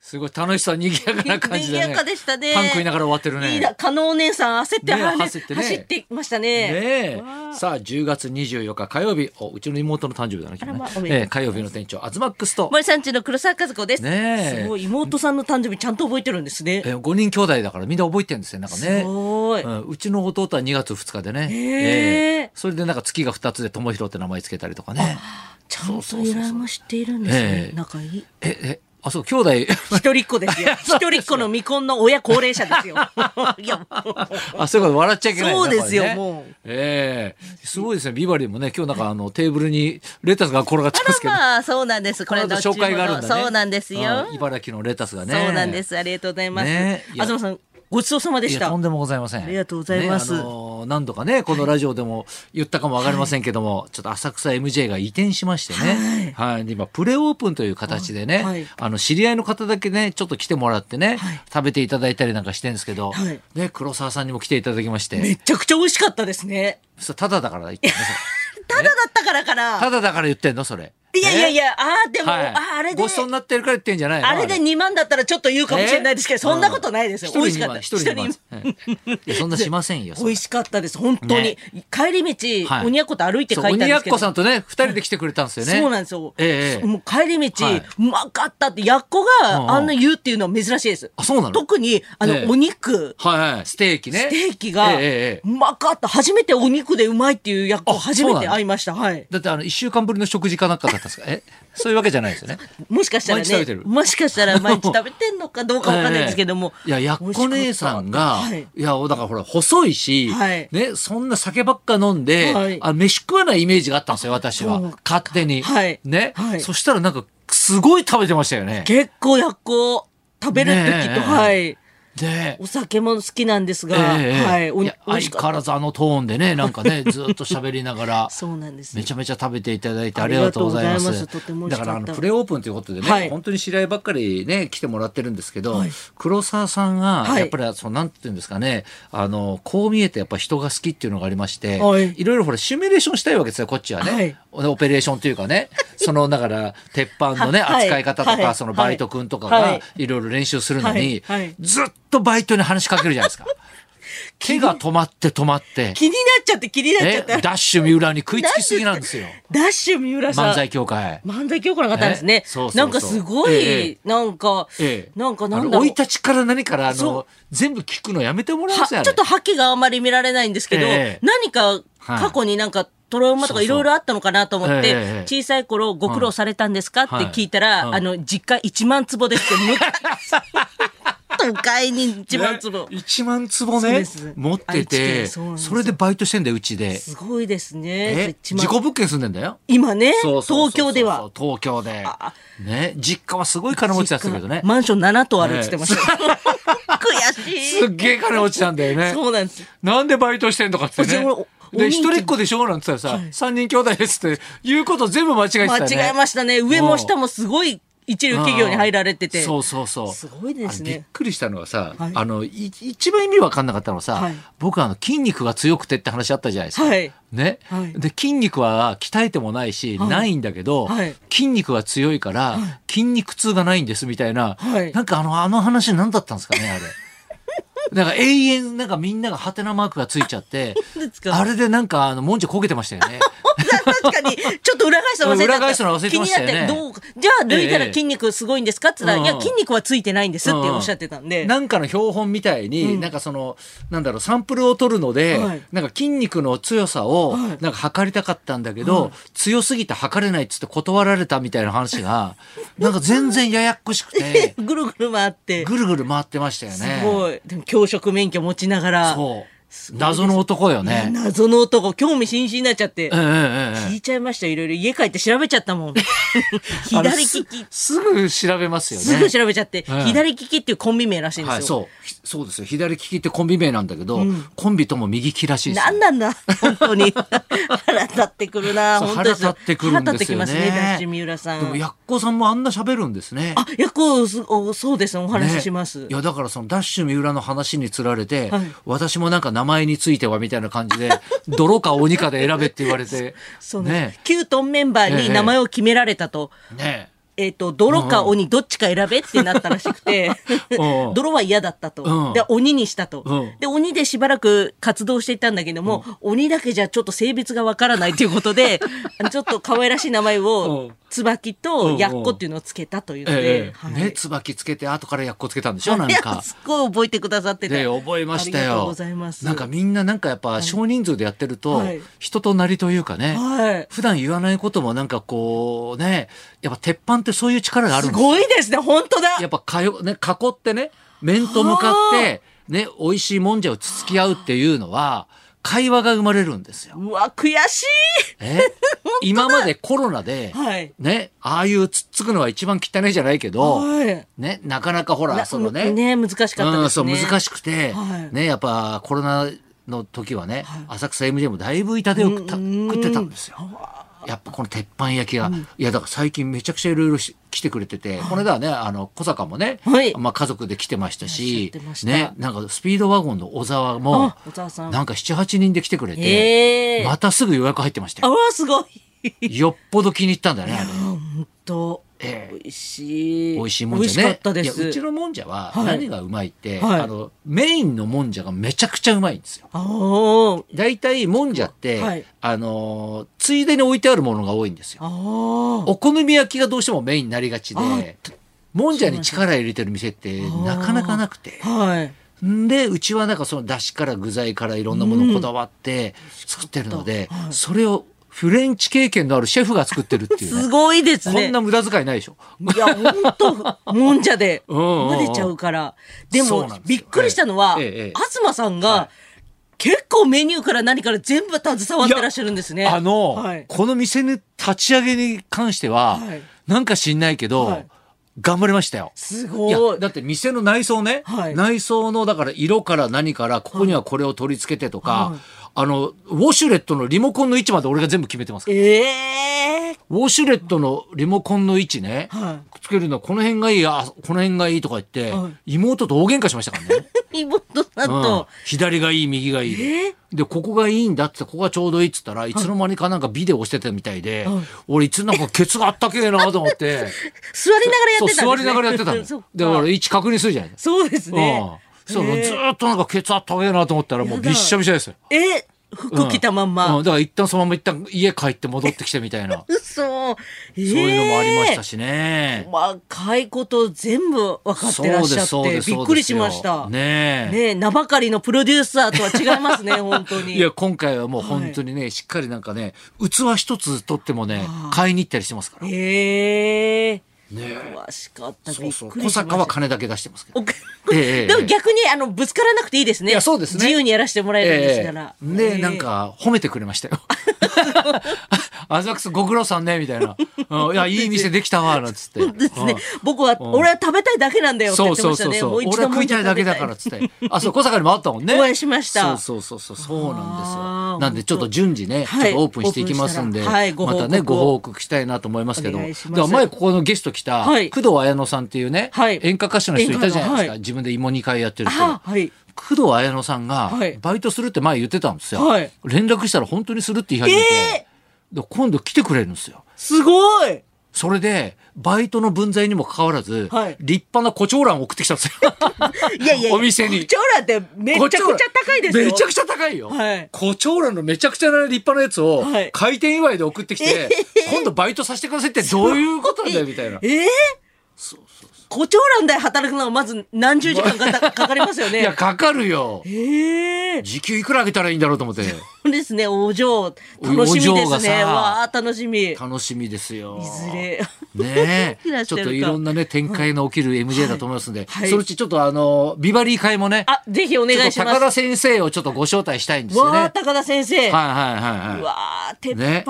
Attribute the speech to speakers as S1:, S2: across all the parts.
S1: すごい楽しそう賑やかな感じだね
S2: 賑やかでしたね
S1: パン食いながら終わってるね
S2: いいな、加納お姉さん焦って,、
S1: ね
S2: 走
S1: 焦
S2: っ
S1: って
S2: て
S1: ね
S2: 走ってましたね。
S1: ねえさあ10月24日火曜日おうちの妹の誕生日だね今日
S2: あらま
S1: ね
S2: あおめでとう
S1: ええ火曜日の店長アズマックスと
S2: 森さんちの黒沢和子です。
S1: ねえ
S2: すごい妹さんの誕生日ちゃんと覚えてるんですね。
S1: えー5人兄弟だからみんな覚えてるんですよなんかね
S2: すごい
S1: うん、うちの弟は2月2日でね、
S2: へー
S1: えーそれでなんか月が2つで友弘って名前つけたりとかね
S2: ちゃんと由来も知っているんです
S1: え
S2: ね
S1: え。
S2: 仲いい。
S1: ええあそう 兄弟
S2: 一人っ子ですよ。 一人っ子の未婚の親高齢者ですよ。いや、
S1: あそういうこと笑っちゃいけないんだ
S2: そうですよ
S1: これ
S2: もう
S1: ええすごいですねビバリーもね今日なんかあのテーブルにレタスが転がってますけど
S2: ま あ、そうなんです。これ
S1: この後紹介があるんだね
S2: そうなんですよ。
S1: うん茨城のレタスがね
S2: そうなんです。ありがとうございます。
S1: ねえいや
S2: 東さん、ごちそうさまで
S1: い
S2: し
S1: や
S2: た
S1: とん。でもございません
S2: ありがとうございます
S1: ねあのー何度かねこのラジオでも言ったかもわかりませんけども、ちょっと浅草 MJ が移転しましてね、はいで今プレオープンという形でね、
S2: はい
S1: あの知り合いの方だけねちょっと来てもらってね、食べていただいたりなんかしてるんですけど、
S2: はい
S1: ね、黒沢さんにも来ていただきまし
S2: め
S1: て
S2: ちゃくちゃ美味しかったですね。
S1: そうただだから言ってんのそれ
S2: ただだったからか
S1: た
S2: な。
S1: だだから言ってんのそれ
S2: いやいやい
S1: や
S2: や、ああ、でも、
S1: はい、
S2: ああれで
S1: ご。ちそうになってるから言ってんじゃないの
S2: あれで2万だったらちょっと言うかもしれないですけ
S1: え
S2: ど、そんなことないですよ。
S1: う
S2: 美
S1: ん
S2: 味しかった。
S1: 一人にいやそんなしませんよそ
S2: 美
S1: んな
S2: 味しかったです。本当に
S1: ね。
S2: 帰り道
S1: は、い
S2: 鬼奴と歩いて帰っ
S1: そう
S2: たん
S1: 鬼
S2: です
S1: 奴
S2: けど。
S1: さんとね二人で来てくれたんですよね
S2: そうなんですよ。
S1: ええ
S2: もう帰り道、
S1: はいう
S2: まかったって、やっこ
S1: うんうん
S2: があんな言うっていうのは珍しいです。
S1: あそうなの
S2: 特に、あの、
S1: ええ
S2: お肉、
S1: はいはい、ステーキね。
S2: ステーキが、
S1: ええええええ
S2: うまかった。初めてお肉でうまいっていうやっこ
S1: あ
S2: 初
S1: そう
S2: め
S1: なん
S2: て
S1: だ
S2: 会いました。はい。
S1: だってあの、一週間ぶりの食事かなんかだったんですかえそういうわけじゃないですよね。
S2: もしかしたら
S1: 毎日食べて
S2: ね
S1: る、
S2: もしかしたら毎日食べてんのかどうかわかんないですけども。
S1: ええいや、やっこ姉さんが、
S2: 美味しかったはい
S1: い、や、だからほら、細いし、
S2: はい
S1: ね、そんな酒ばっか飲んで、
S2: はい
S1: あ飯食わないイメージがあったんですよ、私は
S2: そう。
S1: 勝手に。
S2: はい
S1: ね、
S2: はい
S1: そしたらなんか、すごい食べてましたよね。
S2: 結構やっこ食べる時
S1: ねえ
S2: と、はい。
S1: で
S2: お、酒も好きなんですが、
S1: ええええ
S2: はい。お
S1: いや
S2: 美
S1: 相
S2: 味し
S1: 変
S2: か
S1: わ
S2: っ
S1: らずあのトーンでね、なんか ね、ずっと喋りながら
S2: た。。そうなんです
S1: め
S2: ね。
S1: ちゃめちゃ食べていただいてありがとうございます。
S2: ありがとうございますとても美味
S1: だ
S2: し
S1: か
S2: かった
S1: らあのプレオープンということでね、
S2: はい
S1: 本当に知り合いばっかりね来てもらってるんですけど、
S2: はい
S1: 黒沢さんが
S2: はい
S1: やっぱりそのなんていうんですかね、あのこう見えてやっぱ人が好きっていうのがありまして、
S2: はい
S1: いろいろほらシミュレーションしたいわけですよこっちはね、
S2: はい
S1: オペレーションというか ね、そのだから鉄板のね
S2: はい
S1: 扱い方とか、
S2: はい
S1: そのバイト君とか
S2: は
S1: が
S2: い
S1: いろいろ練習するのに、
S2: はいはい
S1: ずっとバイトに話しかけるじゃないですか。手が止まって止まって。
S2: 気になっちゃって気になっちゃ
S1: え
S2: っ
S1: ダ
S2: た。
S1: ッシュ三浦に食いつきすぎなんですよ。
S2: ダッシュ三浦さん。
S1: 漫才協会。
S2: 漫才協会の方ですね
S1: え。そうそうそう
S2: なんかすご
S1: ええ
S2: い、なんか、なんかな
S1: あ
S2: ん
S1: の
S2: だろ
S1: 生
S2: う
S1: い。立ちから何からあ
S2: そ
S1: の全部聞くのやめてもらえま
S2: は
S1: す
S2: ち
S1: よ
S2: ょ
S1: あ
S2: っ
S1: れ
S2: と覇気があんまり見られないんですけど、
S1: ええ
S2: 何か
S1: はい
S2: 過去になんかトラウマと
S1: そうそ
S2: か
S1: う
S2: いろいろあったのかなと思っ
S1: え
S2: て、
S1: え
S2: 小さい頃ご苦労されたんですか、
S1: はい
S2: って聞いたら、
S1: はい
S2: あの、実家1万坪ですって、む 都会に1万坪。
S1: ね一万坪
S2: そう
S1: ね
S2: です
S1: 持って
S2: 愛知
S1: て
S2: 県そうなん
S1: そ
S2: ですよ
S1: れでバイトしてんだようちです
S2: ごいです
S1: え
S2: ね。1
S1: 自己
S2: 万
S1: 物件住んでんだよ
S2: 今ね
S1: そうそうそうそう
S2: 東京では。
S1: 東京で
S2: あ
S1: ね実家はすごい金持ちだったけどね
S2: マンション7棟あるって言って ました。悔しい。
S1: すっげえ金持ちなんだよね
S2: そうなんです。
S1: なんでバイトしてんとかって
S2: そ
S1: ね
S2: うおお
S1: で
S2: お兄
S1: 一
S2: ちゃん
S1: 人っ子でしょなんて言ったらさ三人兄弟ですって言うこと全部間違えてたよね
S2: 間違えましたね。上も下もすごい一流企業に入られてて。
S1: そうそうそう
S2: すごいですね
S1: あれびっくりしたのはさ、
S2: はい
S1: あのい一番意味わかんなかったのはさ、
S2: はい
S1: 僕あの筋肉が強くてって話あったじゃないですか、
S2: はい
S1: ね
S2: はい
S1: で筋肉は鍛えてもないし、
S2: はい
S1: ないんだけど、
S2: はい
S1: 筋肉が強いから、筋肉痛がないんですみたいな、
S2: はい
S1: なんかあのあの話何だったんですかね あれ。なんか永遠なんかみんながハテナマークがついちゃって
S2: 何ですか
S1: あれでなんかあのもんじゃ焦げてましたよね。
S2: 確かに、ちょっと裏返したの忘れてた。
S1: 裏返したの忘れてましたよね
S2: 気になって、どう、じゃあ抜いたら
S1: ええ
S2: 筋肉すごいんですかって言ったら、
S1: うん
S2: いや、筋肉はついてないんですっておっしゃってたんで。
S1: なんかの標本みたいに、なんかそのなんだろうサンプルを取るので、
S2: はい
S1: なんか筋肉の強さを、なんか測りたかったんだけど、強すぎて測れないっつって断られたみたいな話 がなんか全然ややっこしくて
S2: ぐるぐる回って。
S1: ぐるぐる回ってましたよね。
S2: すごい。でも、教職免許持ちながら。
S1: そう謎の男よね。
S2: 謎の男、興味津々になっちゃって
S1: ええ。ええええ
S2: 聞いちゃいました。いろいろ家帰って調べちゃっ たもん。
S1: あの
S2: 左利
S1: す
S2: き。
S1: すぐ調べますよね。
S2: すぐ調べちゃって、
S1: ええ
S2: 左利きっていうコンビ名らしいん
S1: はい、
S2: ですよ。
S1: そうひそうですよ左利きってコンビ名なんだけど、コンビとも右利きらしいですよ
S2: なんなんだ本当に。腹立ってくるな
S1: そう
S2: 本当に
S1: 腹立ってくるん
S2: 腹
S1: で
S2: 立って
S1: す
S2: き
S1: よね。
S2: ますね、ダッシュ三浦さん。
S1: でも、やっこさんもあんな喋るんですね。
S2: あ、役をすおそうですねお話
S1: ね
S2: ししま
S1: い
S2: す。
S1: や、だからそのダッシュ三浦の話につられて、
S2: はい
S1: 私もなんか名前についてはみたいな感じで 泥か鬼かで選べって言われて
S2: そうね
S1: ね。
S2: 旧トンメンバーに名前を決められたと。
S1: ね
S2: えっと、泥か鬼どっちか選べってなったらしくて
S1: うん、
S2: 泥は嫌だった
S1: うん
S2: と。で、鬼にした
S1: う
S2: と
S1: ん。
S2: で、鬼でしばらく活動していたんだけども、鬼だけじゃちょっと性別がわからないというこ とで、ちょっと可愛らしい名前
S1: う
S2: を
S1: ん、
S2: 椿とやっこっていうのをつけたというの
S1: え
S2: で
S1: え、
S2: はい
S1: ね椿つけて後からやっこつけたんでしょなん
S2: い
S1: か
S2: や、。すごい覚えてくださって
S1: で
S2: て。
S1: 覚えましたよ。
S2: ありがとうございます。
S1: なんかみんななんかやっぱ少人数でやってると
S2: はい、
S1: 人となりというかね、
S2: はい
S1: 普段言わないこともなんかこうね、やっぱ鉄板ってそういう力があるん
S2: す
S1: ですよ
S2: ごいですね、本当だ
S1: やっぱかよ、ね、囲ってね、面と向かって、ね、美味しいもんじゃをつつき合うっていうのは、会話が生まれるんですよ。
S2: うわ、悔し
S1: え今までコロナで
S2: い、はい。
S1: ね、ああいうつっつくのは一番汚いじゃないけど、
S2: はい。
S1: ね、なかなかほら、
S2: な
S1: そのね、
S2: ね、難しかったですね。
S1: うん、そう難
S2: し
S1: しくて、
S2: はい
S1: ね、やっぱコロナの時はね、浅草 MJ もだいぶ痛手を食った
S2: うん
S1: 食ってたんですよ。やっぱこの鉄板焼きが、いやだから最近めちゃくちゃいろいろし来てくれてて、この間はねあの小坂もね、
S2: はい
S1: まあ、家族で来てましたし
S2: いらっしゃってました
S1: ね、なんかスピードワゴンの小沢も
S2: あ小沢さん
S1: なんか78人で来てくれて、
S2: ええ
S1: またすぐ予約入ってました
S2: あ
S1: よ。
S2: わ、すごい。
S1: よっぽど気に入ったんだよねあれ。
S2: と、
S1: ええ
S2: 美味しい。
S1: 美味しいもんじゃね。
S2: 美味しかったで
S1: いやうち
S2: す。
S1: のもんじゃは
S2: はい
S1: 何がうまいって、
S2: はい
S1: あのメインのもんじゃがめちゃくちゃうまいんですよ。
S2: ああ、
S1: 大体もんじゃって、
S2: はい
S1: あのーついでに置いてあるものが多いんですよ。
S2: ああ。
S1: お好み焼きがどうしてもメインになりがち
S2: あ
S1: で、もんじゃに力入れてる店ってなかなかなくて。
S2: はい。
S1: んで、うちはなんかその出汁から具材からいろんなものをこだわって作ってるので、それをフレンチ経験のあるシェフが作ってるっていうね、
S2: すごいです
S1: こ
S2: ね。
S1: んな無駄遣いないでしょ。
S2: いや、本当もんじゃで、
S1: うんうんうん
S2: 慣れちゃうから。で
S1: そう
S2: も
S1: なん、ですよ
S2: びっくりしたのは、
S1: ええええ
S2: 東さんが、
S1: はい
S2: 結構メニューから何から全部携わってらっしゃるんですね。
S1: あの、
S2: はい。
S1: この店の立ち上げに関しては、
S2: はい
S1: なんか知んないけど、
S2: はい
S1: 頑張りましたよ。
S2: す
S1: い
S2: ご
S1: や
S2: い。
S1: だって店の内装ね、
S2: はい
S1: 内装のだから色から何からここにはこれを取り付けてとか、あのウォシュレットのリモコンの位置まで俺が全部決めてますから
S2: ええ
S1: ウォシュレットのリモコンの位置ね、
S2: は
S1: くっつけるのこの辺がいいあこの辺がいいとか言って、
S2: は
S1: 妹と大喧嘩しました からね。
S2: 妹さん
S1: うん
S2: と、、
S1: 左がいい右がいいで,、でここがいいんだってここがちょうどいいっつったらいつの間にかなんかビデオしてたみたいで、俺いつなんかケツがあったけえなと思って
S2: 座りながらやってたんです、ね、
S1: そう座りながらやってたの
S2: そっか
S1: だから位置確認するじゃないですか、
S2: そうですね。
S1: うん、そう
S2: ええ
S1: ずーっとなんかケツあったけえなと思ったらもうびっしゃびしゃですよ、
S2: え服着たまんま。
S1: うんだから一旦そのまま一旦家帰って戻ってきてみたい な
S2: 嘘。そう
S1: そういうのもありました
S2: し。
S1: しね、
S2: 細かいこと全部分かってらっしゃ
S1: そう
S2: っ
S1: ですそ
S2: て
S1: うで、す
S2: びっくりしました。
S1: ねえ
S2: ねえ、名ばかりのプロデューサーとは違います ね、本当に。
S1: いや、今回はもう本当にね、しっかりなんかね、器一つ取ってもね、買いに行ったりしてますから。ね
S2: え
S1: え
S2: え詳しかった。
S1: そ
S2: びっ
S1: うそう。
S2: く
S1: 小
S2: りしました。
S1: 坂は金だけ出してますけど。
S2: おか
S1: ええ
S2: でも逆に、あの、ぶつからなくていいですね。
S1: いやそうですね
S2: 自由にやらせてもらえるんです
S1: え
S2: か
S1: え
S2: ら。
S1: で、
S2: ええ
S1: なん。か、褒めてくれました よ。浅草ご苦労さんね、みたいな。うんいや、いい店できたわ、なんつって。
S2: です
S1: う
S2: ね
S1: ん。
S2: 僕は、俺は食べたいだけなんだよって
S1: そ
S2: 言
S1: う
S2: って
S1: そ
S2: ま
S1: う
S2: した
S1: そう
S2: ね。
S1: そう。
S2: もう
S1: 俺
S2: 一
S1: は
S2: 度も
S1: 食いたいだけだからっつって。あ、そう、小坂にもあったもんね。
S2: お会いしました
S1: そうそうそうそう、そうなんです
S2: あ
S1: よ。
S2: ー
S1: なんでちょっと順次ね、ち
S2: はい
S1: ょっとオープンしていきますんで、
S2: オープンしたらはいご報
S1: ま
S2: 告を
S1: たね、ご報告したいなと思いますけど
S2: お
S1: も。
S2: 願いします
S1: だから前ここのゲスト来た、
S2: はい
S1: 工藤綾乃さんっていうね、
S2: はい
S1: 演歌歌手の人いたじゃないです
S2: 演歌
S1: か。
S2: のはい
S1: 自分で芋2回やってる人。
S2: あはい。
S1: 工藤綾乃さんが
S2: はい
S1: バイトするって前言ってたんですよ、
S2: はい
S1: 連絡したら本当にするって言い始めて、で今度来てくれるんですよ
S2: すごい
S1: それでバイトの分際にもかかわらず、
S2: はい
S1: 立派な胡蝶蘭を送ってきたんですよ
S2: いやいや、
S1: お店に
S2: コチョウラってめちゃくちゃ高いですよ。
S1: めちゃくちゃ高いよ。
S2: はい
S1: 胡蝶蘭のめちゃくちゃな立派なやつを
S2: はい
S1: 開店祝いで送ってきて、今度バイトさせてくださいってどういうことなんだよみたいな。
S2: ええコチョウランで働くのはまず何十時間かたかかりますよ
S1: いや、
S2: ね。
S1: かかるよ。
S2: ええ
S1: 時給いくら上げたらいいんだろうと思って。
S2: そうですね、お嬢。楽し
S1: お
S2: み
S1: 嬢
S2: で
S1: が
S2: す
S1: さ
S2: ね。わあ、楽しみ。い
S1: 楽しみですよ。
S2: ずれ。
S1: ね
S2: いら
S1: え。
S2: っし
S1: ち
S2: ゃ
S1: ょ
S2: る
S1: っ
S2: か
S1: といろんなね、展開の起きる MJ だと思いますんで、
S2: はいはい
S1: そのうちちょっとあの、ビバリー会もね、
S2: あ、ぜひお願いし
S1: ちょっと
S2: ま
S1: 高
S2: す。
S1: 田先生をちょっとご招待したいんですよね。
S2: わ
S1: は
S2: あ、
S1: い
S2: 高田先生。
S1: はいはいは
S2: わあ、鉄板、
S1: ね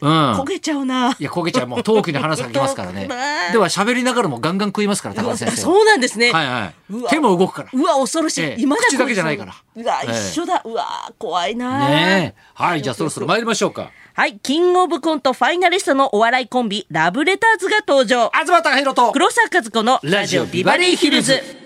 S2: 焦げちゃうな。
S1: い。いや、焦げちゃう。もう遠くに花咲きますからね
S2: うわ。ー
S1: では喋りながらもガンガン食いますから、高田先生は。
S2: そうなんですね。
S1: はいは
S2: う
S1: い。
S2: わ
S1: 手も動くから。
S2: うわ、恐ろしい。
S1: ええ
S2: 今だ
S1: 口だけじゃないから
S2: うわ、
S1: ええ
S2: 一緒だ。うわ、怖いな。
S1: ねえ。はい、じゃあそろそろ参りましょうか。
S2: はい、キングオブコントファイナリストのお笑いコンビ、ラブレターズが登場。
S1: 東隆弘と、
S2: 黒沢和子のラジオビバリーヒルズ。